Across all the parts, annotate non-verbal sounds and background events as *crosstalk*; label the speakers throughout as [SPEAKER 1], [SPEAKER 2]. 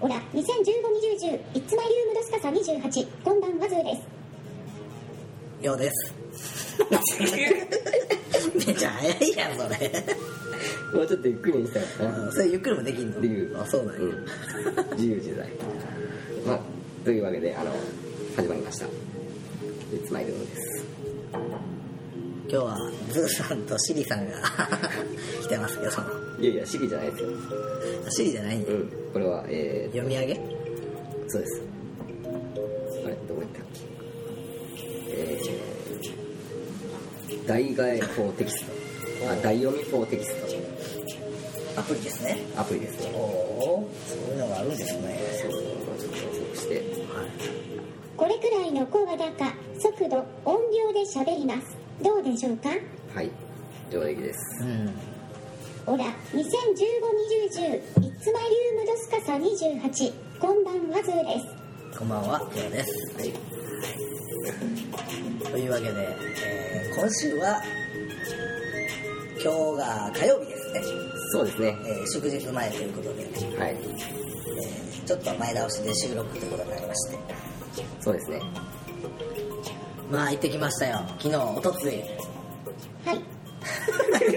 [SPEAKER 1] オラ2015-2010 It's my room ドスカサ28こんばんはずーです
[SPEAKER 2] ようです。 *laughs* めちゃ早いやん、それ。
[SPEAKER 3] もうちょっとゆっくりにしたら
[SPEAKER 2] うんそれゆっくりもできんの
[SPEAKER 3] できる
[SPEAKER 2] あ、そうなんや。
[SPEAKER 3] うん自由自在まあというわけであの始まりました「いつまいどうです
[SPEAKER 2] 今日はズーさんとシリさんが *laughs* 来てますけど、
[SPEAKER 3] いやいやシビじゃないですよ
[SPEAKER 2] シリじゃないん
[SPEAKER 3] う
[SPEAKER 2] や。
[SPEAKER 3] んこれはえ
[SPEAKER 2] 読み上げ
[SPEAKER 3] ー、そうですあれどこ行ったっけえー、大替え法テキストあ大読み法テキス
[SPEAKER 2] アプリですね。
[SPEAKER 3] トアプリですね
[SPEAKER 2] おお、そういうのがあるんですね。
[SPEAKER 3] そうそうちょっと登録して
[SPEAKER 2] はい。
[SPEAKER 1] これくらいの声高速度音量で喋りますどうでしょうか
[SPEAKER 3] はい上出来です
[SPEAKER 2] うん。
[SPEAKER 1] オラ2015-2010 It's my room ドスカサ28こんばんはずーです
[SPEAKER 2] こんばんは、ようです。
[SPEAKER 3] はい
[SPEAKER 2] というわけで、えー今週は、今日が火曜日ですね。
[SPEAKER 3] そうですね
[SPEAKER 2] えー祝日前ということで、
[SPEAKER 3] は
[SPEAKER 2] え
[SPEAKER 3] い
[SPEAKER 2] ーちょっと前倒しで収録ということになりまして。
[SPEAKER 3] そうです *laughs* ね
[SPEAKER 2] まあ、行ってきましたよ。昨日、おとつい。
[SPEAKER 1] はい
[SPEAKER 2] 行っ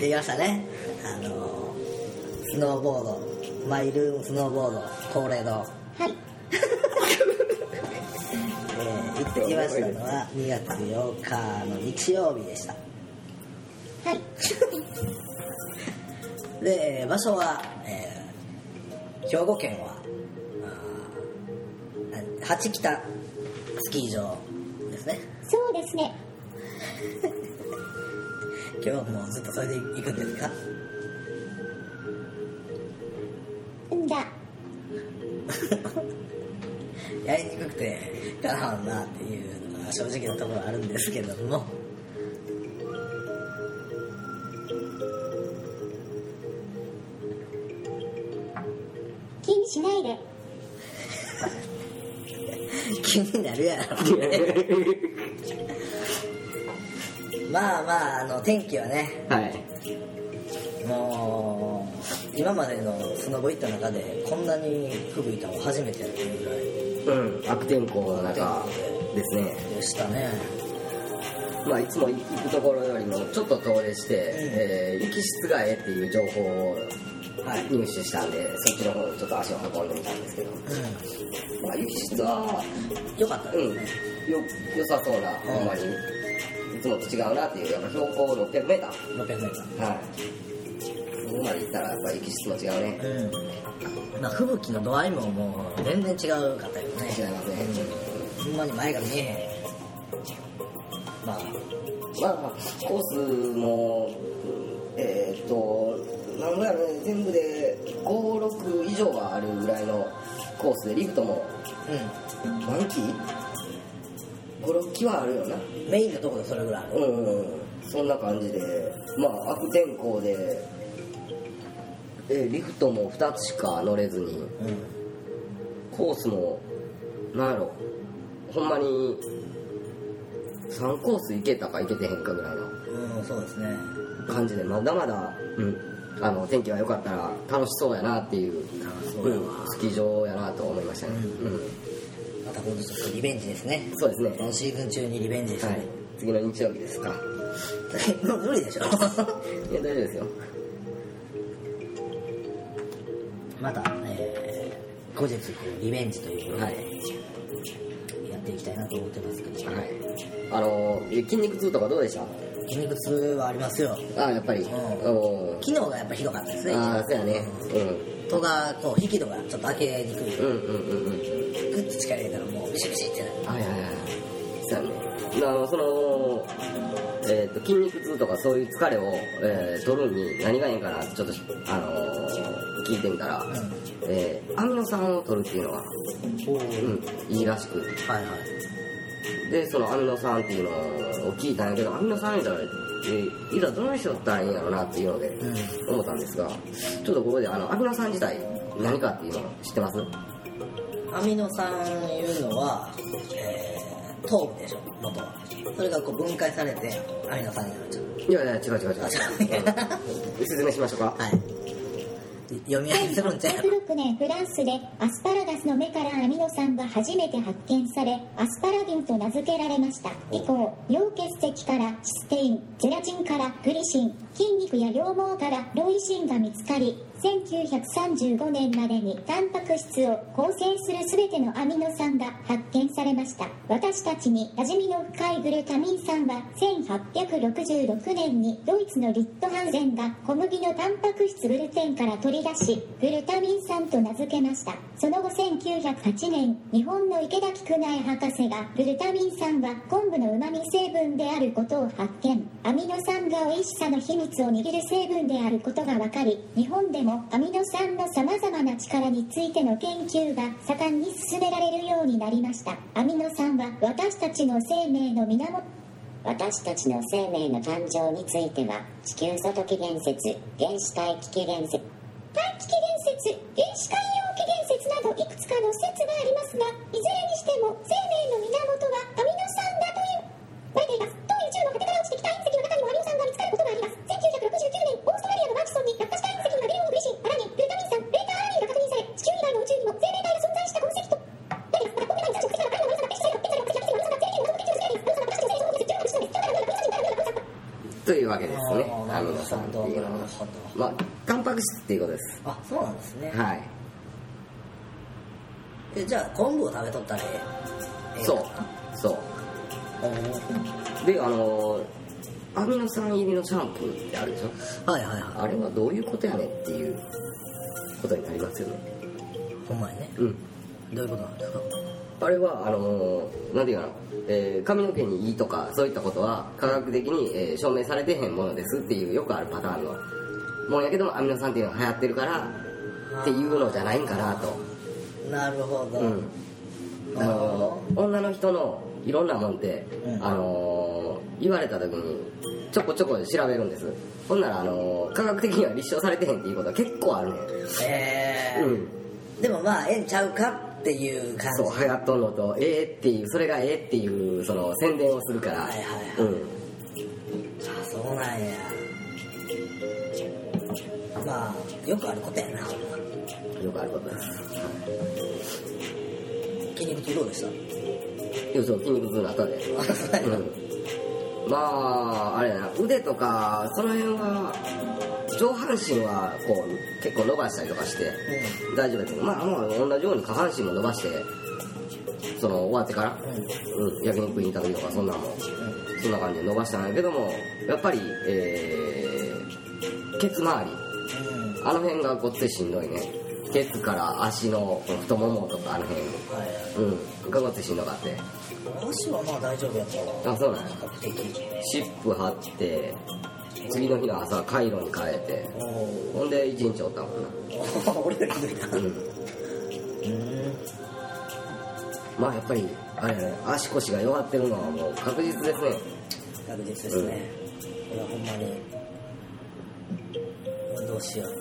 [SPEAKER 2] てきましたね。あのースノーボード、マイルームスノーボード、恒例の、
[SPEAKER 1] はい
[SPEAKER 2] えー行ってきましたのは2月8日の日曜日でした。
[SPEAKER 1] はい
[SPEAKER 2] でえー場所は、えー兵庫県はあー八北スキー場ですね
[SPEAKER 1] そうですね
[SPEAKER 2] 今日はもうずっとそれで行くんですか
[SPEAKER 1] んだ
[SPEAKER 2] やりにくくてかなわんなっていうのが正直なところはあるんですけども
[SPEAKER 1] 気にしないで
[SPEAKER 2] 気になるやろまあまああの天気はね
[SPEAKER 3] はい
[SPEAKER 2] もう今までのスノボ行った中でこんなに吹雪いたの初めてっていうぐらい
[SPEAKER 3] うん、悪天候の中ですね、
[SPEAKER 2] でしたね
[SPEAKER 3] まあ、いつも行くところよりもちょっと遠出して、えー雪質がええっていう情報を
[SPEAKER 2] はい
[SPEAKER 3] 入手したんで、そっちの方にちょっと足を運んでみたんですけど、
[SPEAKER 2] う
[SPEAKER 3] まあ、雪質は、
[SPEAKER 2] ん、よかった
[SPEAKER 3] う
[SPEAKER 2] で
[SPEAKER 3] ん、
[SPEAKER 2] す
[SPEAKER 3] よ
[SPEAKER 2] ね、
[SPEAKER 3] 良さそうな、ほんまに、いつもと違うなっていう、やっぱ標高600メーター。
[SPEAKER 2] 600年間
[SPEAKER 3] はいここまで行ったらやっぱ雪質も違うね。
[SPEAKER 2] うんまあ吹雪の度合いももう全然違うかったよね
[SPEAKER 3] 違いますね
[SPEAKER 2] うんほんまに前が見えへんまあ
[SPEAKER 3] まあまあ、コースも、えーっと、なんぼやろね、全部で5、6以上はあるぐらいのコースで、リフトも何機 ?5、6機はあるよな。
[SPEAKER 2] うんメインのとこでそれぐらいある
[SPEAKER 3] うんうんうん、そんな感じで、まあ、悪天候で、えーリフトも2つしか乗れずに、
[SPEAKER 2] うん
[SPEAKER 3] コースも、なんやろ、ほんまに、3コース行けたか行けてへんかぐらいの。
[SPEAKER 2] うんそうですね
[SPEAKER 3] 感じでまだまだ、うん、あの天気が良かったら楽しそうやなっていう、
[SPEAKER 2] 楽しそうやわ
[SPEAKER 3] うん、スキー場やなと思いましたね、
[SPEAKER 2] う
[SPEAKER 3] うん
[SPEAKER 2] また今度ちょっとリベンジですね
[SPEAKER 3] そうですね、
[SPEAKER 2] 今シーズン中にリベンジです
[SPEAKER 3] はい
[SPEAKER 2] ね、、
[SPEAKER 3] 次の日曜日ですか
[SPEAKER 2] *laughs* もう無理でしょ
[SPEAKER 3] *laughs* いや大丈夫ですよ
[SPEAKER 2] また、えー、後日こうリベンジということで、
[SPEAKER 3] はい
[SPEAKER 2] やっていきたいなと思ってますけど、
[SPEAKER 3] はいあのえ筋肉痛とかどうでした
[SPEAKER 2] 筋肉痛はありますよ
[SPEAKER 3] あやっぱ
[SPEAKER 2] ん
[SPEAKER 3] りおー
[SPEAKER 2] 機能がやっぱひどかったですね
[SPEAKER 3] ああそうやね
[SPEAKER 2] 戸がこう引き戸がちょっと開けにくい
[SPEAKER 3] うんうんうんうんう
[SPEAKER 2] グ
[SPEAKER 3] ん
[SPEAKER 2] ッと力入れたらもうビシビシってなる
[SPEAKER 3] はいはいはいそうやねあのそのえー、と筋肉痛とかそういう疲れを、えー取るに何がいいんかなってちょっと、あのー聞いてみたら、えーアミノ酸を取るっていうのは、うん、いいらしく
[SPEAKER 2] はいはい
[SPEAKER 3] でそのアミノ酸っていうのを聞いたんやけどアミノ酸やったら、えーいざどの人だったらいいんやろなっていうので思ったんですがちょっとここであのアミノ酸自体何かっていうの知ってます
[SPEAKER 2] アミノ酸いうのは、えー、糖分でしょ元はそれがこう分解されてアミノ酸になっちゃう
[SPEAKER 3] *laughs* いやいや違う違う違う
[SPEAKER 2] あ違う
[SPEAKER 3] 説明しましょうか
[SPEAKER 2] はい読み上げてるんちゃうやろ
[SPEAKER 1] 1906年フランスでアスパラガスの芽からアミノ酸が初めて発見されアスパラギンと名付けられました以降溶血石からシステインゼラチンからグリシン筋肉や羊毛からロイシンが見つかり1935年までにタンパク質を構成する全てのアミノ酸が発見されました私たちに馴染みの深いグルタミン酸は1866年にドイツのリットハンゼンが小麦のタンパク質グルテンから取り出しグルタミン酸と名付けましたその後1908年日本の池田菊苗博士がグルタミン酸は昆布のうまみ成分であることを発見アミノ酸が美味しさの秘密を握る成分であることが分かり日本でもアミノ酸のさまざまな力についての研究が盛んに進められるようになりましたアミノ酸は私たちの生命の源私たちの生命の誕生については地球外起源説原始大気起源説大気起源説原始海洋起源説などいくつかの説がありますがいずれにしても生命の源はアミノ酸だというわれています当時中国から落ちてきた隕石の中にもアミノ酸が見つかることがあります1969年オーストラリアのワークソンに落下した隕石のベルオグリシンアラニングルタミン酸ベータアラニンが確認され地球以外の宇宙にも生命体が存在した痕跡となりますまた今回の直接のアミノ酸が一切のペンザルの薬薬のアミノ酸が生命の目的をしているアミノ酸が私の生命の目的をしている中国の宇宙にも生命体が存在した痕跡となりますまた今回の直接のアミノ酸が一切のペンザルの薬薬のアミノ酸が生命の目的をしている中国の宇宙にも生命体が存在した痕跡となりますまた今回の直接のアミノ酸が一切のペンザルの薬薬のアミノ酸が生命の目的をしている中国の宇宙にも生命体が存在した痕跡となりますまた今回の直接のアミノ酸が一切のペンザルの薬薬のアミノ酸が生命の目的をしている中国の宇宙にも生命体が存在した痕跡となりますまた今回の直接のアミノ酸が一切のペンザルの薬薬のアミノ酸が生命の目的をしている中国の宇宙にも生命体が存在した痕跡となりますまた今回の直接のアミノ酸が一切のペンザルの薬薬のアミノ酸が生命の目的をしている中国の宇宙にも生命体が存在した痕跡となりますまた今回の直接のアミノ酸が一切のペンザルの薬薬のアミノ酸が生命の目的をしている中国の宇宙にも生命体が存在した痕跡となりますまた今回の直接のアミノ酸が一切のペンザルの薬薬
[SPEAKER 2] あそうなんですね、
[SPEAKER 3] はい
[SPEAKER 2] えじゃあ昆布を食べとったらええ
[SPEAKER 3] そうそ
[SPEAKER 2] おー
[SPEAKER 3] うであのーアミノ酸入りのシャンプーってあるでしょ
[SPEAKER 2] はいはいは
[SPEAKER 3] あれはどういうことやねんっていうことになりますよね
[SPEAKER 2] いほんまにね
[SPEAKER 3] うん
[SPEAKER 2] どういうことなんですか
[SPEAKER 3] あれはあのーなんていうかな、えー髪の毛にいいとかそういったことは科学的に、えー証明されてへんものですっていうよくあるパターンのもんやけどもアミノ酸っていうのが流行ってるからっていうのじゃないんかなと
[SPEAKER 2] なるほど、
[SPEAKER 3] うんあのー女の人のいろんなもんって、
[SPEAKER 2] うん
[SPEAKER 3] あのー言われた時にちょこちょこ調べるんですほんなら、あのー科学的には立証されてへんっていうことは結構あるね
[SPEAKER 2] ええ
[SPEAKER 3] んうん
[SPEAKER 2] でもまあええんちゃうかっていう感じ
[SPEAKER 3] そう流行っとんのとええっていうそれがええっていうその宣伝をするから、
[SPEAKER 2] はいはいはい
[SPEAKER 3] うん
[SPEAKER 2] あそうなんやまあよくあることやな
[SPEAKER 3] よくあることです。
[SPEAKER 2] 筋肉痛どうでし
[SPEAKER 3] 要するに筋肉痛になった
[SPEAKER 2] *laughs*
[SPEAKER 3] で。
[SPEAKER 2] た
[SPEAKER 3] うん、まあ、あれやな、腕とか、その辺は、上半身はこう結構伸ばしたりとかして大丈夫だけど、まあ、もう同じように下半身も伸ばして、その終わってから、うん、焼肉に行った時とか、そんなんも、そんな感じで伸ばしたんやけども、やっぱり、えー、ケツ周り、
[SPEAKER 2] うんうん
[SPEAKER 3] あの辺がごっついしんどいね。ケツから足のこの太ももとかあの辺。
[SPEAKER 2] はい
[SPEAKER 3] うん、頑張ってしんどかって。
[SPEAKER 2] 足はまあ大丈夫やから
[SPEAKER 3] あ、そうなんや
[SPEAKER 2] 比。較的
[SPEAKER 3] シップ貼って、次の日の朝、カイロに変えて、
[SPEAKER 2] おー
[SPEAKER 3] ほんで一日おったもんな。
[SPEAKER 2] 俺よりひどいな
[SPEAKER 3] うん。
[SPEAKER 2] うん
[SPEAKER 3] まあやっぱり、あれやね、足腰が弱ってるのはもう確実ですね。
[SPEAKER 2] 確実ですね、これはほんまに運動しよう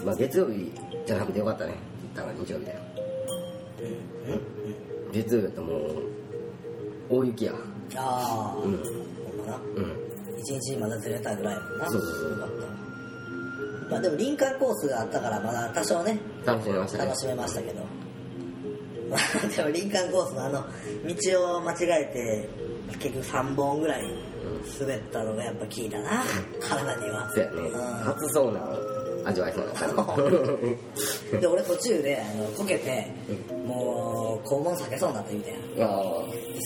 [SPEAKER 3] うん。まあ月曜日じゃなくてよかったね。だから日曜日だよ。月曜日だともう、大雪や。
[SPEAKER 2] ああ、
[SPEAKER 3] う
[SPEAKER 2] ほ
[SPEAKER 3] ん。
[SPEAKER 2] んまな
[SPEAKER 3] うん。
[SPEAKER 2] 一日まだずれたぐらいやもんな
[SPEAKER 3] そうそうそう
[SPEAKER 2] よかったまあでも林間コースがあったからまだ多少ね
[SPEAKER 3] 楽しめましたね。
[SPEAKER 2] 楽しめましたけど、 *laughs* まあでも林間コースのあの道を間違えて結局3本ぐらい滑ったのがやっぱ効いたな体には
[SPEAKER 3] そうやね。初そうな味わいそうな感
[SPEAKER 2] うんで俺途中であのこけてもう肛門裂けそうになってみたいな
[SPEAKER 3] じ。ああ。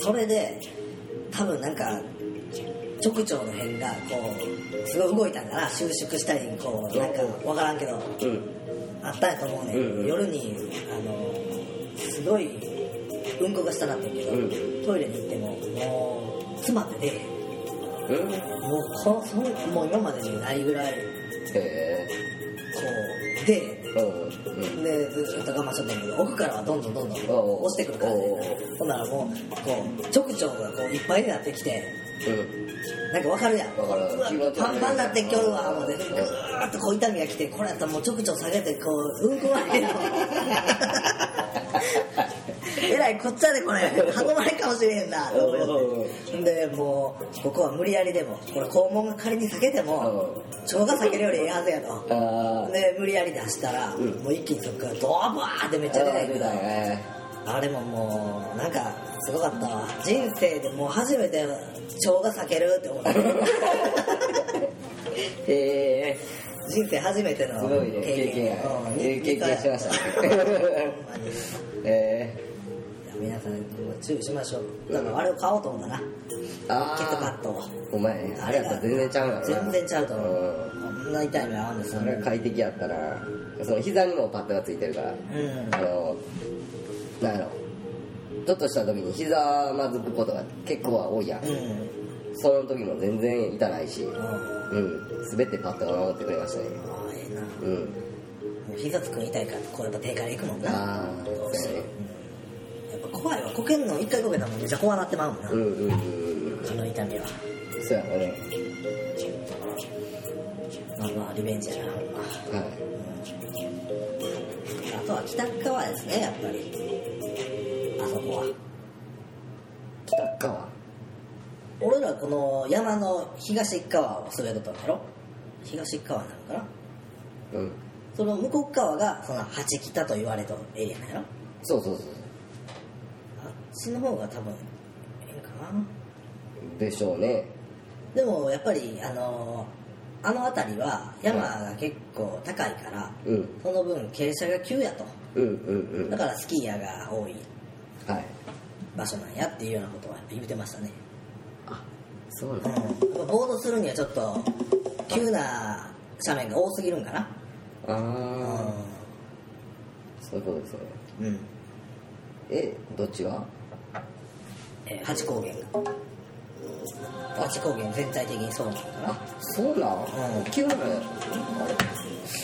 [SPEAKER 2] それで多分なんか直腸の辺がこうすごい動いたんかな収縮したりこうなんか分からんけど
[SPEAKER 3] うん。
[SPEAKER 2] あったんやと思うね、
[SPEAKER 3] うんうん
[SPEAKER 2] 夜にあのすごいうんこがしたなってんけど、
[SPEAKER 3] うん
[SPEAKER 2] トイレに行ってももう詰まってて
[SPEAKER 3] うん。
[SPEAKER 2] もうこのそのもう今までにないぐらいこ
[SPEAKER 3] へ
[SPEAKER 2] うで
[SPEAKER 3] え。うん。うん。
[SPEAKER 2] でずっと我慢しとったんやけど奥からはどんどんどんどん
[SPEAKER 3] おうおう
[SPEAKER 2] 押してくるからね
[SPEAKER 3] おうお
[SPEAKER 2] ほんならもうこう直腸がこういっぱいになってきて
[SPEAKER 3] う
[SPEAKER 2] なんかわかるやん
[SPEAKER 3] わかる
[SPEAKER 2] うわ
[SPEAKER 3] 気持ち悪い
[SPEAKER 2] パンパンだって今日はもうねぐーっとこう痛みが来てこれやったらもうちょくちょく下げてこううんこまでえらいこっちゃでこれ運ばれんかもしれへんなと思ってでもうここは無理やりでもこれ肛門が仮に避けても腸が避けるよりええはずやと
[SPEAKER 3] あ
[SPEAKER 2] で無理やり出したら、
[SPEAKER 3] ん
[SPEAKER 2] もう一気にそっからドバーってめっちゃ出てくるから
[SPEAKER 3] ね
[SPEAKER 2] あれももうなんかすごかったわ人生でもう初めて腸が避けるって思った
[SPEAKER 3] え
[SPEAKER 2] 人生初めて
[SPEAKER 3] ー、
[SPEAKER 2] の
[SPEAKER 3] すごいね経験や
[SPEAKER 2] うん
[SPEAKER 3] えー経験しました
[SPEAKER 2] ほんまに
[SPEAKER 3] ね
[SPEAKER 2] いや
[SPEAKER 3] え
[SPEAKER 2] 皆さん注意しましょうなんかあれを買おうと思ったなキ
[SPEAKER 3] ー、あ
[SPEAKER 2] ットカットを
[SPEAKER 3] お前ねあれやったら全然ちゃうやろな
[SPEAKER 2] 全然ちゃうと思う
[SPEAKER 3] うん
[SPEAKER 2] こんな痛い目合うんですよ
[SPEAKER 3] それは
[SPEAKER 2] ね
[SPEAKER 3] 快適やったなその膝にもパッドがついてるから
[SPEAKER 2] うん
[SPEAKER 3] あのなんやろちょっとした時に膝まずくことが結構は多いやん
[SPEAKER 2] うん
[SPEAKER 3] その時も全然痛ないし
[SPEAKER 2] うんあ
[SPEAKER 3] うん全てパッドが守ってくれましたね
[SPEAKER 2] あええなも
[SPEAKER 3] うん
[SPEAKER 2] う膝つくの痛いからこうやっぱ手からいくもんな
[SPEAKER 3] ああそうやね
[SPEAKER 2] やっぱ怖いわこけんの一回こけたらもんめっちゃ怖なってまうもんな、
[SPEAKER 3] うんうんうん
[SPEAKER 2] あの痛みは
[SPEAKER 3] うんそうやろね
[SPEAKER 2] まあまあリベンジやなほんま
[SPEAKER 3] はい
[SPEAKER 2] あとは北側ですねやっぱりあそこは
[SPEAKER 3] 北川
[SPEAKER 2] 俺らこの山の東側を滑っとったんだろ東側なのかな
[SPEAKER 3] うん
[SPEAKER 2] その向こう側がその八北と言われとるエリアなんやろ
[SPEAKER 3] そうそうそう
[SPEAKER 2] あっちの方が多分いいのかな
[SPEAKER 3] でしょうね
[SPEAKER 2] でもやっぱりあのあの辺りは山が結構高いから、
[SPEAKER 3] うん
[SPEAKER 2] その分傾斜が急やと
[SPEAKER 3] うんうんう
[SPEAKER 2] だ
[SPEAKER 3] ん
[SPEAKER 2] からスキーヤーが多い
[SPEAKER 3] はい
[SPEAKER 2] 場所なんやっていうようなことはやっぱ言ってましたね、
[SPEAKER 3] あそう
[SPEAKER 2] うん、
[SPEAKER 3] な
[SPEAKER 2] や
[SPEAKER 3] んだ
[SPEAKER 2] っぱボードするにはちょっと急な斜面が多すぎるんかなう
[SPEAKER 3] ああそういうことですね
[SPEAKER 2] ん、うん
[SPEAKER 3] えどっちが
[SPEAKER 2] えー八高原が八高原全体的にそうなのかな
[SPEAKER 3] そうなん
[SPEAKER 2] うん
[SPEAKER 3] 急なの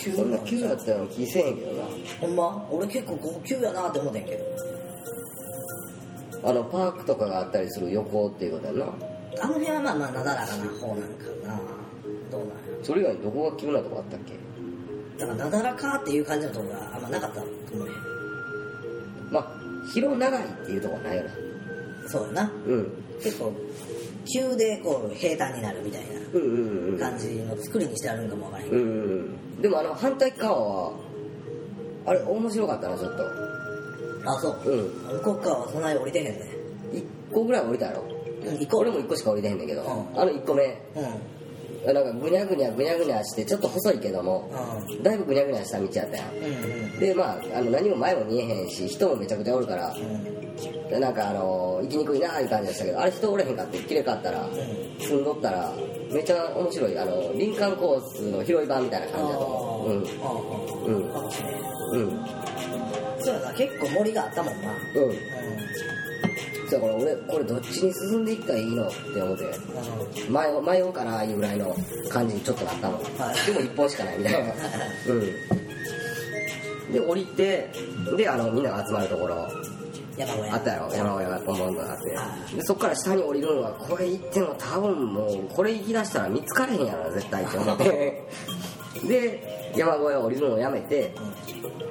[SPEAKER 2] 急
[SPEAKER 3] そんな急だったの気せえへんけど
[SPEAKER 2] ほんま俺結構ここ急やなって思ってんけど
[SPEAKER 3] なあのパークとかがあったりする横っていうことやんな
[SPEAKER 2] あの辺はまあまあなだらかな方なんかなどうなんや
[SPEAKER 3] それ以外にどこが急なとこあったっけ
[SPEAKER 2] だからなだらかっていう感じのとこがあんまなかったと思うね
[SPEAKER 3] まあ広長いっていうとこはないよな
[SPEAKER 2] そうやな
[SPEAKER 3] うん
[SPEAKER 2] 結構急でこう平坦になるみたい
[SPEAKER 3] うんうんうん
[SPEAKER 2] な感じの作りにしてあるんかもわからへん
[SPEAKER 3] うんうんでもあの反対側はあれ面白かったなちょっ
[SPEAKER 2] あそう
[SPEAKER 3] とうん
[SPEAKER 2] 向こう側はそんなに降りてへんね
[SPEAKER 3] 1個ぐらい降りたやろ
[SPEAKER 2] うん行こ
[SPEAKER 3] 俺も1個しか降りてへんねんけど、
[SPEAKER 2] うん
[SPEAKER 3] あの1個目
[SPEAKER 2] ううん
[SPEAKER 3] なんかぐにゃぐにゃぐにゃぐにゃしてちょっと細いけどもだいぶぐにゃぐにゃした道やったやん
[SPEAKER 2] うん
[SPEAKER 3] でまああの何も前も見えへんし人もめちゃくちゃおるから
[SPEAKER 2] うんうん
[SPEAKER 3] でなんかあの行きにくいなーいう感じでしたけどあれ人おれへんかって綺麗かったら積んどったらめちゃ面白いあの林間コースの広い版みたいな感じだと思う
[SPEAKER 2] うんうんかもしれん
[SPEAKER 3] うんうん
[SPEAKER 2] そうやな結構森があったもんな
[SPEAKER 3] うんだから俺これどっちに進んでいったらいいのって思って
[SPEAKER 2] う
[SPEAKER 3] 迷迷うかなーいうぐらいの感じにちょっとなったの、
[SPEAKER 2] はい
[SPEAKER 3] でも1本しかないみたいなうんで降りてであのみんなが集まるところ
[SPEAKER 2] ん山小屋
[SPEAKER 3] あったやろ山小屋がポンポンとあ
[SPEAKER 2] は
[SPEAKER 3] ってでそっから下に降りるのはこれ行っても多分もうこれ行き出したら見つかれへんやろな絶対って思ってで山小屋降りるのをやめて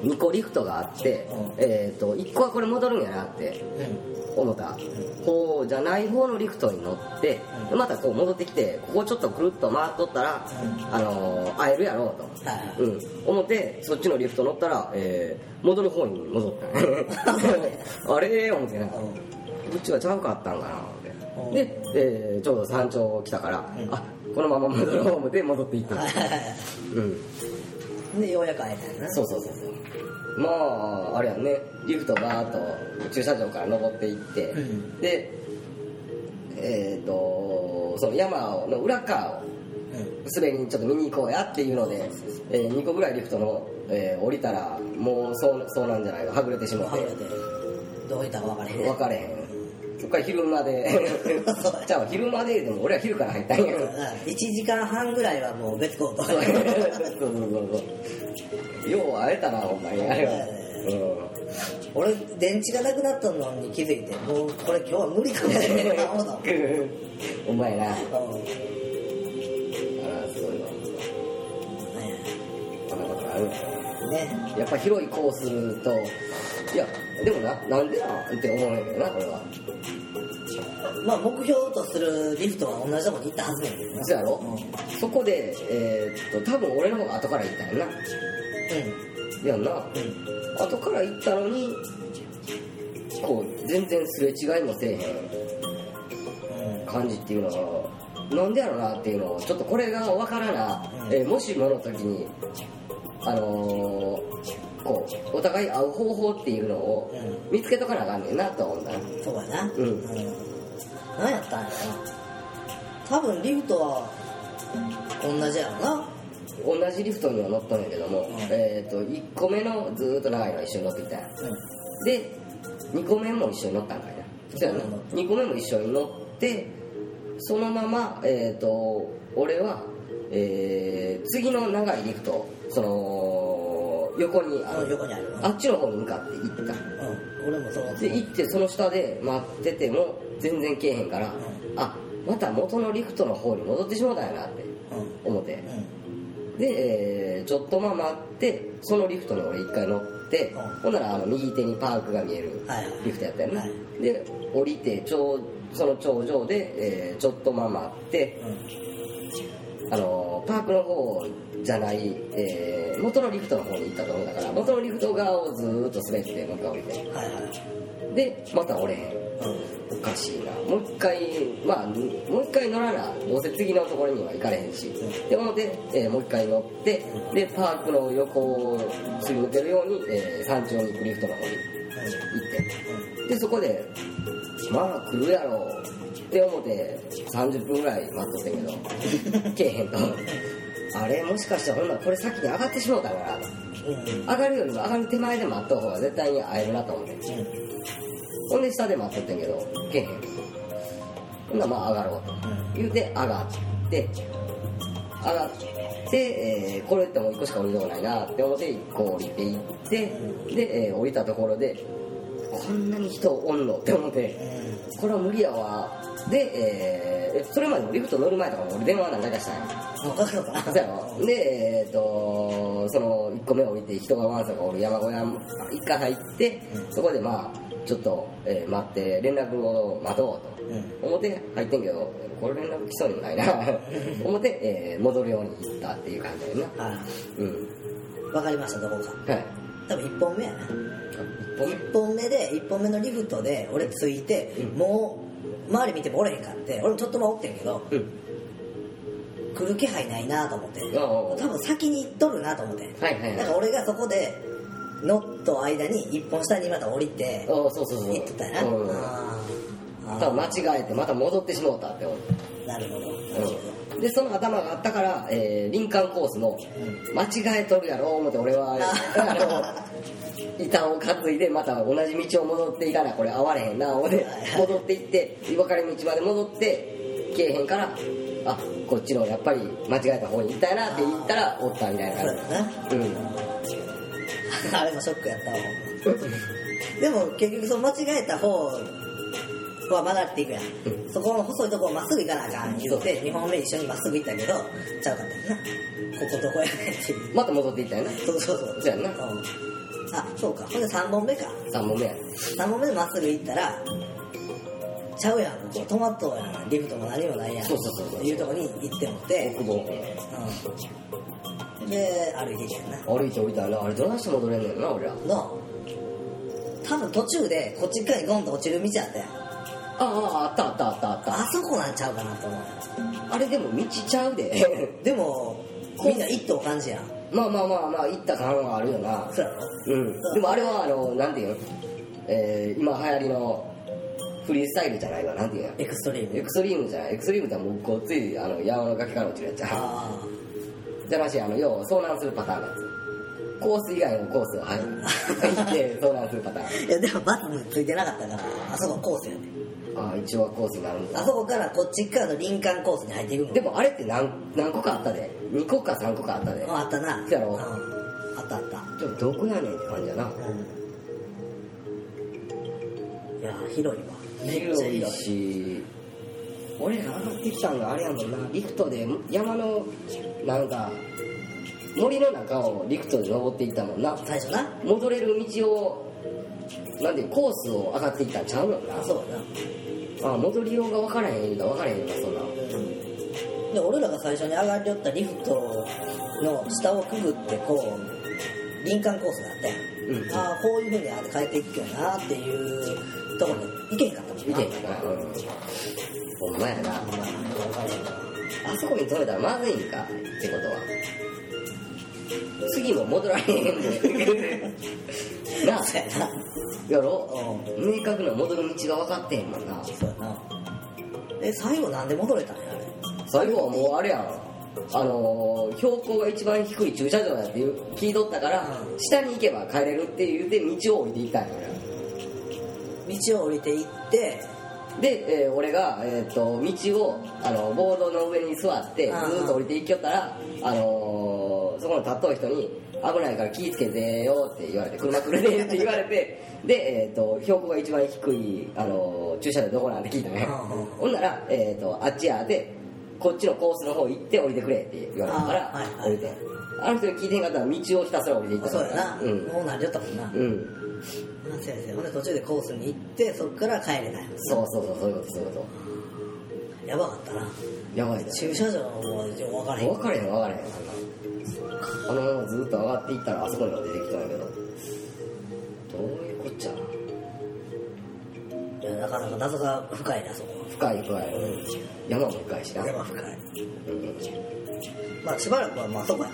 [SPEAKER 3] 2個リフトがあって、
[SPEAKER 2] うん
[SPEAKER 3] えー、と1個はこれ戻るんやなって
[SPEAKER 2] うんうん
[SPEAKER 3] 思った方じゃない方のリフトに乗って
[SPEAKER 2] うん
[SPEAKER 3] でまたこう戻ってきてここちょっとくるっと回っとったら、
[SPEAKER 2] う
[SPEAKER 3] あのー会えるやろうと。
[SPEAKER 2] はいはい
[SPEAKER 3] うん、思ってそっちのリフト乗ったら、えー戻る方に戻った *laughs* ねあれ思ってなんかこっちがちゃうかったんかな思ってで、えーちょうど山頂来たから、
[SPEAKER 2] うん
[SPEAKER 3] あこのまま戻る方まで戻っていった、うん、
[SPEAKER 2] うんでようやく会えたんやな
[SPEAKER 3] そうそうそうそうまああれやんねリフトバーッと駐車場から登っていって、
[SPEAKER 2] うん
[SPEAKER 3] でえっ、とその山の裏側を
[SPEAKER 2] うん
[SPEAKER 3] 滑りにちょっと見に行こうやっていうので、え2個ぐらいリフトの、えー降りたらもうそうそうなんじゃないかはぐれてしま
[SPEAKER 2] は
[SPEAKER 3] っ
[SPEAKER 2] ぐれ
[SPEAKER 3] て
[SPEAKER 2] てどういったか分からへん
[SPEAKER 3] 分かれへんそっから昼間で *laughs* じゃあ昼間ででも俺は昼から入ったんや
[SPEAKER 2] 1時間半ぐらいはもう別行
[SPEAKER 3] *laughs*
[SPEAKER 2] 動
[SPEAKER 3] そうそうそうそうよう会えたなほんまにあれは
[SPEAKER 2] 俺電池がなくなったのに気づいてもうこれ今日は無理かもしれ
[SPEAKER 3] *laughs*
[SPEAKER 2] ないな思ったもん
[SPEAKER 3] うんお前なあら
[SPEAKER 2] うんね
[SPEAKER 3] そういうのこんなことある
[SPEAKER 2] ね
[SPEAKER 3] やっぱ広いコースといやでもななんでなんって思うんやけどなこれは
[SPEAKER 2] まあ目標とするリフトは同じとこに行ったはずやけどな
[SPEAKER 3] そうやろ、そこでえーっと多分俺の方が後から行ったんやなやんな
[SPEAKER 2] うんうん
[SPEAKER 3] 後から行ったのにこう全然すれ違いもせえへん感じっていうのがなんでやろなっていうのをちょっとこれがわからな、
[SPEAKER 2] うん
[SPEAKER 3] えーもしもの時にあのーこうお互い会う方法っていうのを
[SPEAKER 2] う
[SPEAKER 3] 見つけとかなあかんねんなと思うんだ
[SPEAKER 2] うんそうやな
[SPEAKER 3] うん
[SPEAKER 2] 何やったんやろな多分リフトは同じやろな
[SPEAKER 3] 同じリフトには乗ったんやけども、
[SPEAKER 2] ん
[SPEAKER 3] えっ、と1個目のずーっと長いの一緒に乗ってきたやん
[SPEAKER 2] う
[SPEAKER 3] で2個目も一緒に乗ったんかいなそうやな2個目も一緒に乗ってそのままえっ、と俺は、えー次の長いリフトその横にあ
[SPEAKER 2] あの
[SPEAKER 3] る
[SPEAKER 2] 横にある
[SPEAKER 3] あっちの方に向かって行ってた
[SPEAKER 2] うん俺もそう思う
[SPEAKER 3] で行ってその下で待ってても全然けえへんからあまた元のリフトの方に戻ってしもうたんやなって
[SPEAKER 2] うん
[SPEAKER 3] 思って
[SPEAKER 2] うん
[SPEAKER 3] で、えーちょっとまあ待ってそのリフトに俺一回乗って、
[SPEAKER 2] うん
[SPEAKER 3] ほんならあの右手にパークが見える
[SPEAKER 2] はい
[SPEAKER 3] リフトやったよね、
[SPEAKER 2] はい
[SPEAKER 3] で降りて頂その頂上で、えーちょっとまあ待って、あのーパークの方じゃない、えー元のリフトの方に行ったと思うだから元のリフト側をずーっと滑ってもう一回降りて
[SPEAKER 2] うんはいはい
[SPEAKER 3] でまた折れへん
[SPEAKER 2] う
[SPEAKER 3] おかしいなもう一回まあもう一回乗らなどうせ次のところには行かれへんしで思って、えーもう一回乗ってでパークの横をすり抜けるように、えー山頂に行くリフトの方に行ってでそこでまあ来るやろうって思って30分ぐらい待っとってんけどけえへんとあれもしかしてほんならこれ先に上がってしもうたから
[SPEAKER 2] んうんうん
[SPEAKER 3] 上がるよりも上がる手前で待った方が絶対に会えるなと思ってほんで下で待っとってんけど、けえへん。ほんならまあ上がろうと。言うて上がって、上がって、えーこれってもう一個しか降りようがないなって思って、一個降りていって、で、えー降りたところで、こんなに人おんのって思って、これは無理やわ。で、えーそれまでもリフト乗る前とかも俺電話なんか出したんや。
[SPEAKER 2] うんわかるか
[SPEAKER 3] そうやろでえっ、とその1個目を置いて人がわんさかおる山小屋も一回入ってそこでまあちょっと、えー待って連絡を待とう
[SPEAKER 2] うん
[SPEAKER 3] と思って入ってんけどこれ連絡来そうにもな
[SPEAKER 2] *laughs*
[SPEAKER 3] いな思って、えー戻るように行ったっていう感じだよな
[SPEAKER 2] は
[SPEAKER 3] うん
[SPEAKER 2] いわかりましたどこか
[SPEAKER 3] はい
[SPEAKER 2] 多分1本目やな
[SPEAKER 3] 1本目
[SPEAKER 2] 1本目で1本目のリフトで俺ついて、
[SPEAKER 3] うん
[SPEAKER 2] もう周り見てもおれへんかって俺もちょっと回おってんけど
[SPEAKER 3] うん
[SPEAKER 2] 来る気配ないなと思って
[SPEAKER 3] ああ
[SPEAKER 2] 多分先に行っとるなと思って
[SPEAKER 3] はいはいは
[SPEAKER 2] だ
[SPEAKER 3] い
[SPEAKER 2] から俺がそこでノット間に1本下にまた降りて
[SPEAKER 3] おーそうそうそう
[SPEAKER 2] 行ってたやな
[SPEAKER 3] うん
[SPEAKER 2] あーあ
[SPEAKER 3] 多分間違えてまた戻ってしもうたって思って
[SPEAKER 2] ーなるほど *laughs* なるほど
[SPEAKER 3] うんでその頭があったから、えー、林間コースの間違えとるやろ思って俺は
[SPEAKER 2] あ
[SPEAKER 3] あの板を担いでまた同じ道を戻っていかなこれ会われへんな思って戻っていって分かれ道まで戻ってけえへんからあこっちのやっぱり間違えた方に行ったやなって言ったらおったみたいな
[SPEAKER 2] そう
[SPEAKER 3] 感
[SPEAKER 2] だな
[SPEAKER 3] じうん
[SPEAKER 2] *laughs* あれもショックやったわでも結局その間違えた方は曲がっていくやん、
[SPEAKER 3] う
[SPEAKER 2] そこの細いとこをまっすぐ行かなあかん言うて2本目一緒にまっすぐ行ったけどちゃうかったよなこことこやねっていう
[SPEAKER 3] また戻っていったやな
[SPEAKER 2] そうそうそう
[SPEAKER 3] そうやんな
[SPEAKER 2] うんあそうかほんで3本目か
[SPEAKER 3] 3問目や
[SPEAKER 2] 3本目でまっすぐ行ったらちゃうやんここトマトやんリフトも何もないやん
[SPEAKER 3] そうそうそうそう
[SPEAKER 2] いうとこに行ってもって、
[SPEAKER 3] 奥坊
[SPEAKER 2] うん、で歩いていけんな
[SPEAKER 3] 歩いて降りたらなあれどないして戻れんねんな俺ら
[SPEAKER 2] の多分途中でこっちからゴンと落ちる道あったやん
[SPEAKER 3] あああったあったあったあった
[SPEAKER 2] あそこなんちゃうかなと思
[SPEAKER 3] あれでも道ちゃうで
[SPEAKER 2] うでもみんな一頭感じやん
[SPEAKER 3] まあまあまあまあ行った感はあるよな
[SPEAKER 2] そうやろ
[SPEAKER 3] うんでもあれはあのなんていうのえー、今流行りのフリースタイルじゃないわなんていうの
[SPEAKER 2] エクストリー
[SPEAKER 3] エ
[SPEAKER 2] ム
[SPEAKER 3] クストリームじゃないエクストリームってもうごっついあの山の崖から落ちるやつゃ
[SPEAKER 2] あ
[SPEAKER 3] じゃなしあの要は遭難するパターンのやつコース以外のコースを入って *laughs* 遭難するパター
[SPEAKER 2] あいやでもバツについてなかったからあそこコースやね
[SPEAKER 3] ンああ一応はコースになるん
[SPEAKER 2] あ
[SPEAKER 3] だ
[SPEAKER 2] そこからこっちからの林間コースに入っていくの
[SPEAKER 3] でもあれって何何個かあったで2個か3個かあったで
[SPEAKER 2] ああったな
[SPEAKER 3] そうやろ
[SPEAKER 2] んあったあった
[SPEAKER 3] ちょっとどこやねんって感じやな
[SPEAKER 2] うんいや広いわめっちゃ
[SPEAKER 3] い
[SPEAKER 2] 広い
[SPEAKER 3] し俺ら上がってきたんがあれやもんなリフトで山のなんか森の中をリフトで登っていったもんな
[SPEAKER 2] 最初な
[SPEAKER 3] 戻れる道をなんていうコースを上がっていったんちゃうのかな
[SPEAKER 2] そうやな
[SPEAKER 3] あ戻りようが分からへん言うたら分からへんのかそんな
[SPEAKER 2] で俺らが最初に上がりよったリフトの下をくぐってこう林間コースがあって、
[SPEAKER 3] うん
[SPEAKER 2] ああこういうふうにあれ変えていくよなっていうところに行けへんかったもん
[SPEAKER 3] 見
[SPEAKER 2] な
[SPEAKER 3] てんかなうんほんまやな
[SPEAKER 2] あんまり分からへんから
[SPEAKER 3] あそこに止めたらまずいんかってことは次も戻られへんでなあ
[SPEAKER 2] そうやな
[SPEAKER 3] やろ、明確な戻る道が分かってへんもんな
[SPEAKER 2] そうやなえ最後なんで戻れたんやあれ
[SPEAKER 3] 最後はもうあれやんあのー標高が一番低い駐車場だっていう聞いとったから、
[SPEAKER 2] うん
[SPEAKER 3] 下に行けば帰れるって言うて道を降りていったんや俺
[SPEAKER 2] 道を降りていって
[SPEAKER 3] で、えー俺が、えー、と道をあのボードの上に座ってず
[SPEAKER 2] あー
[SPEAKER 3] ーっと降りていきよったら、あのーそこの立っとう人に「危ないから気ぃつけてよ」って言われて「車来るね」って言われてで、えー、と標高が一番低い、あのー駐車場どこなんて聞いたね
[SPEAKER 2] あー
[SPEAKER 3] ほんなら、えーと「あっちや」でこっちのコースの方行って降りてくれって言われたから、
[SPEAKER 2] あーはいはい
[SPEAKER 3] 降りてあの人に聞いてんかったら道をひたすら降りていった
[SPEAKER 2] そうやな、
[SPEAKER 3] うん、
[SPEAKER 2] もうなりよったもんな、
[SPEAKER 3] うん、
[SPEAKER 2] 先生ほんで途中でコースに行ってそっから帰れない
[SPEAKER 3] そうそうそうそういうことそういうこ
[SPEAKER 2] やばかったな
[SPEAKER 3] とやばいな
[SPEAKER 2] 駐車場もう分からへん
[SPEAKER 3] 分かれへん分かれへんあのままずっと上がっていったらあそこにも出てきたんやけどどういうこっちゃ
[SPEAKER 2] いやなかなか謎が深いなそこ
[SPEAKER 3] 深い深い、山も深いしな、
[SPEAKER 2] は
[SPEAKER 3] うん
[SPEAKER 2] 山深いまあしばらくはまあそこや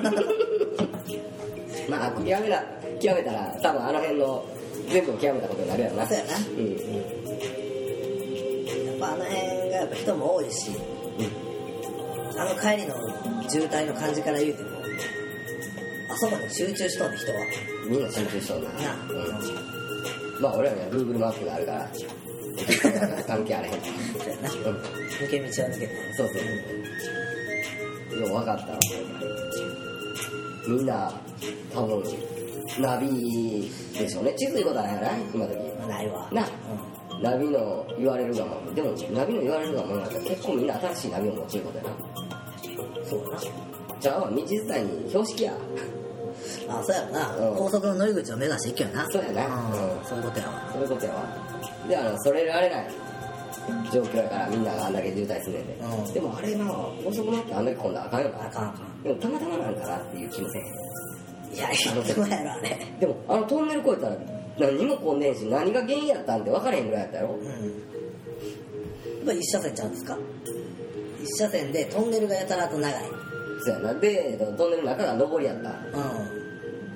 [SPEAKER 2] な
[SPEAKER 3] まあ極めな極めたら多分あの辺の全部を極めたことになるやろな
[SPEAKER 2] そうやな
[SPEAKER 3] うんうん
[SPEAKER 2] やっぱあの辺がやっぱ人も多いしあの帰りの渋滞の感じから言うてもあそこに集中しとんね人は
[SPEAKER 3] みんな集中しとんな、
[SPEAKER 2] なあ、
[SPEAKER 3] うん
[SPEAKER 2] そう
[SPEAKER 3] まあ俺らには Google マップがあるから関係あれへん、
[SPEAKER 2] やな
[SPEAKER 3] うん
[SPEAKER 2] 抜け道は抜けない
[SPEAKER 3] そうそう。よう分かったわ。みんな、多分、ナビでしょうね。地図いうことはないよな、今時。
[SPEAKER 2] ないわ
[SPEAKER 3] な
[SPEAKER 2] う
[SPEAKER 3] ナビの言われるがまま。でも、ナビの言われるがままなんて結構みんな新しいナビを持ちることや
[SPEAKER 2] んそうや
[SPEAKER 3] な。じゃあ、道自体に標識や。
[SPEAKER 2] なあそうやろな、
[SPEAKER 3] うん
[SPEAKER 2] 高速の乗り口を目指していけよな
[SPEAKER 3] そうやな
[SPEAKER 2] うん
[SPEAKER 3] うん
[SPEAKER 2] そういうことやわ
[SPEAKER 3] そういうことやわ。で、あの、それられない状況やから、みんながあんだけ渋滞するんで。
[SPEAKER 2] うん
[SPEAKER 3] でもあれな、高速乗ってあんだけ今度あかんよ
[SPEAKER 2] あ
[SPEAKER 3] な。
[SPEAKER 2] かんあか
[SPEAKER 3] でも、たまたまなんかなっていう気もせえへん。
[SPEAKER 2] んいやいやでもやろあれ
[SPEAKER 3] でもあのトンネル越えたら何にも混んでんし何が原因やったんって分からへんぐらいやったやろ
[SPEAKER 2] うんやっぱ一車線ちゃうんですか一車線でトンネルがやたらと長い
[SPEAKER 3] そうやなでえっとトンネルの中が上りやったっ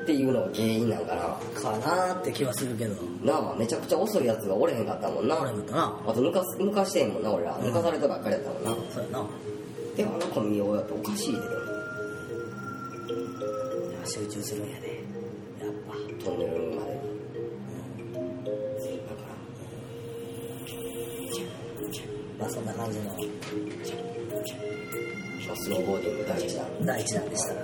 [SPEAKER 2] う
[SPEAKER 3] ていうのが原因なんか
[SPEAKER 2] んかなーって気はするけど
[SPEAKER 3] ななあめちゃくちゃ遅いやつがおれへんかったもんな
[SPEAKER 2] あれもかな
[SPEAKER 3] あと抜かす抜かしてへんもんな俺ら
[SPEAKER 2] うん
[SPEAKER 3] 抜かされたばっかりやったもんな
[SPEAKER 2] そうやな
[SPEAKER 3] でもあの子見ようやっておかしいで
[SPEAKER 2] 集中するんやねやっぱ
[SPEAKER 3] トンネルまでだか
[SPEAKER 2] まあそんな感じの
[SPEAKER 3] ら、まあ、スノーボーディング第一弾
[SPEAKER 2] 第一弾でした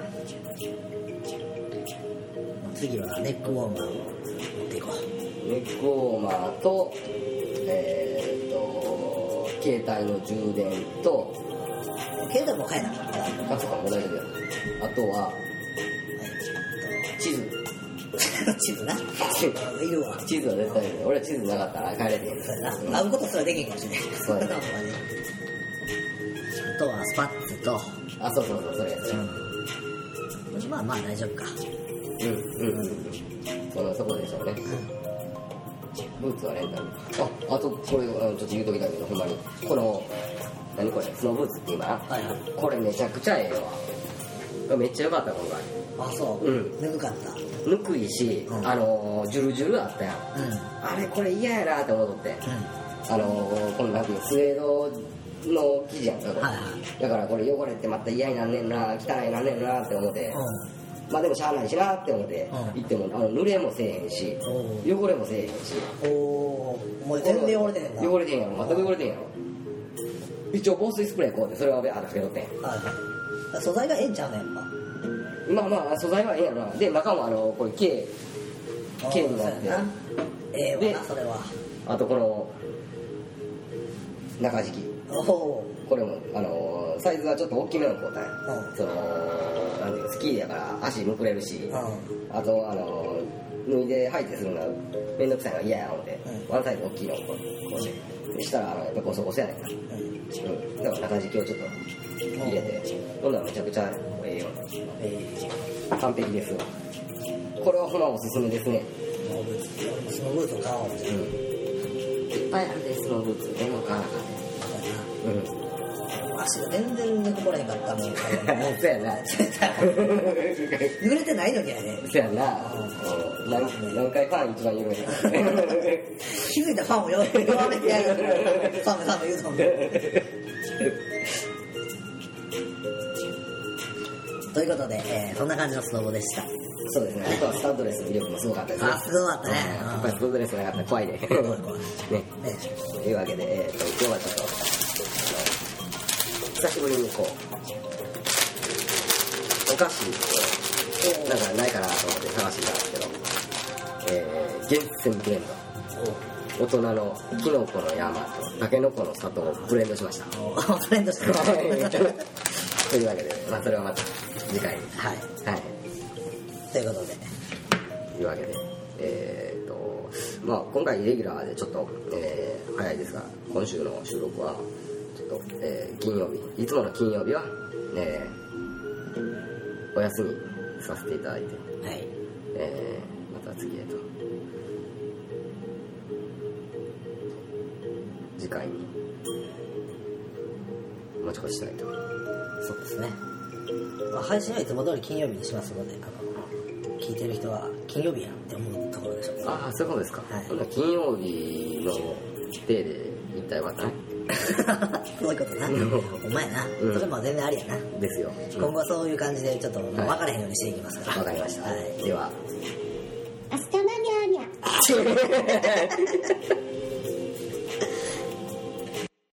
[SPEAKER 2] 次はネックウォーマーを持っていこう
[SPEAKER 3] ネックウォーマーとえーっと携帯の充電と
[SPEAKER 2] 携帯も変え *laughs* なかったはい
[SPEAKER 3] あとかも大丈夫やあとは地図
[SPEAKER 2] えっと地図なうんいるわ
[SPEAKER 3] 地図は絶対に俺は地図なかったら帰れてる
[SPEAKER 2] そうやな会うことすらできんかもしれない
[SPEAKER 3] そうやな
[SPEAKER 2] *laughs* ほんまにあとはスパッツと
[SPEAKER 3] あそうそうそうそれやそれ
[SPEAKER 2] うん、まあまあ大丈夫か、
[SPEAKER 3] うんうんうんそのそこでしょうねブーツはレンタルああとこれあのちょっと言うときだけどほんまにこの何これスノーブーツって今
[SPEAKER 2] はいはい
[SPEAKER 3] これめちゃくちゃええわめっちゃ良かった今回
[SPEAKER 2] あそう、
[SPEAKER 3] うん
[SPEAKER 2] ぬくかったう
[SPEAKER 3] ぬくいし、
[SPEAKER 2] うん
[SPEAKER 3] あのージュルジュルあったやん
[SPEAKER 2] んうん
[SPEAKER 3] あれこれ嫌やなって思っとってあのーこのなんていうスウェードの生地やんかこれ、
[SPEAKER 2] はいはい
[SPEAKER 3] だからこれ汚れってまた嫌になんねんな汚いなんねんなって思って、まあでもしゃあないしなって思って、
[SPEAKER 2] うん
[SPEAKER 3] 行ってもあの濡れもせえへんし
[SPEAKER 2] お
[SPEAKER 3] 汚れもせえへんし
[SPEAKER 2] おおーもう全然汚れてへんな
[SPEAKER 3] 汚れてへんやろ全く汚れてへんやろ一応防水スプレーこうってそれはべあだけどってん
[SPEAKER 2] はいはい素材がええんちゃうのやっ
[SPEAKER 3] まあまあ素材はええやろなで中もあのこれ K
[SPEAKER 2] ぱ
[SPEAKER 3] 軽になって
[SPEAKER 2] そうやなええわな
[SPEAKER 3] で
[SPEAKER 2] それは
[SPEAKER 3] あとこの中敷き
[SPEAKER 2] おお
[SPEAKER 3] これもあのーサイズはちょっと大きめの交代、
[SPEAKER 2] うん
[SPEAKER 3] そのなんていうのスキーやから足むくれるし、
[SPEAKER 2] うん
[SPEAKER 3] あとあのー脱いで排除するのが面倒くさいのが嫌や思って、
[SPEAKER 2] う
[SPEAKER 3] ワンサイズ大きいのをこうこうしてしたらあのやっぱこうそう押せやねんか
[SPEAKER 2] うん
[SPEAKER 3] うん、だから中敷きをちょっと入れて、今度はめちゃくちゃええよ
[SPEAKER 2] え
[SPEAKER 3] 完璧ですよこれはほなおすすめですね
[SPEAKER 2] ー、ノーブーツスノーブーツを買おうみたい
[SPEAKER 3] うんいっぱいあるでスノーブーツでも買わなかっうん
[SPEAKER 2] な足が全然寝ここらへんかったもん買うの
[SPEAKER 3] *laughs* そうやな
[SPEAKER 2] 揺れてないのにやね
[SPEAKER 3] そやなうん何何回パン一番有名 *laughs* や
[SPEAKER 2] 気づいたらファンを弱めてやるファンがファンが言うと思うということで、えー、そんな感じのスノボでした
[SPEAKER 3] そうですねあとはスタッドレスの威力もすごかったですね
[SPEAKER 2] あすごかったね
[SPEAKER 3] うんやっぱりスタッドレスなかったら *laughs* 怖いね
[SPEAKER 2] どうこ
[SPEAKER 3] ね
[SPEAKER 2] うね
[SPEAKER 3] というわけで、えー、と今日はちょっとあの久しぶりにこうお菓子をなんかないかなと思って探してたんですけど、えー、厳選ブレンド大人のキノコの山とタケノコの里をブレンドしました *laughs*
[SPEAKER 2] フレンドしてます
[SPEAKER 3] というわけで、まあ、それはまた次回
[SPEAKER 2] *laughs* はい
[SPEAKER 3] はい
[SPEAKER 2] ということで
[SPEAKER 3] というわけで、えーとまあ、今回イレギュラーでちょっと、えー早いですが今週の収録はちょっと、えー金曜日いつもの金曜日は、えーお休みさせていただいて、
[SPEAKER 2] はい
[SPEAKER 3] えーまた次へと次回に持ち越したいと
[SPEAKER 2] そうですね、まあ、配信はいつも通り金曜日にしますのであの聞いてる人は金曜日やんって思うところでしょう *laughs*
[SPEAKER 3] ああそういうことですか、
[SPEAKER 2] はい
[SPEAKER 3] ほんなら金曜日のデーで一体はない
[SPEAKER 2] そういうことな。お前な。
[SPEAKER 3] うん
[SPEAKER 2] それも全然ありやな。
[SPEAKER 3] ですよ、
[SPEAKER 2] 今後はそういう感じでちょっともう分
[SPEAKER 3] はい
[SPEAKER 2] からへんようにしていきますから。
[SPEAKER 3] わかりました。
[SPEAKER 2] はい。
[SPEAKER 3] では。
[SPEAKER 1] アスタマニャーニャ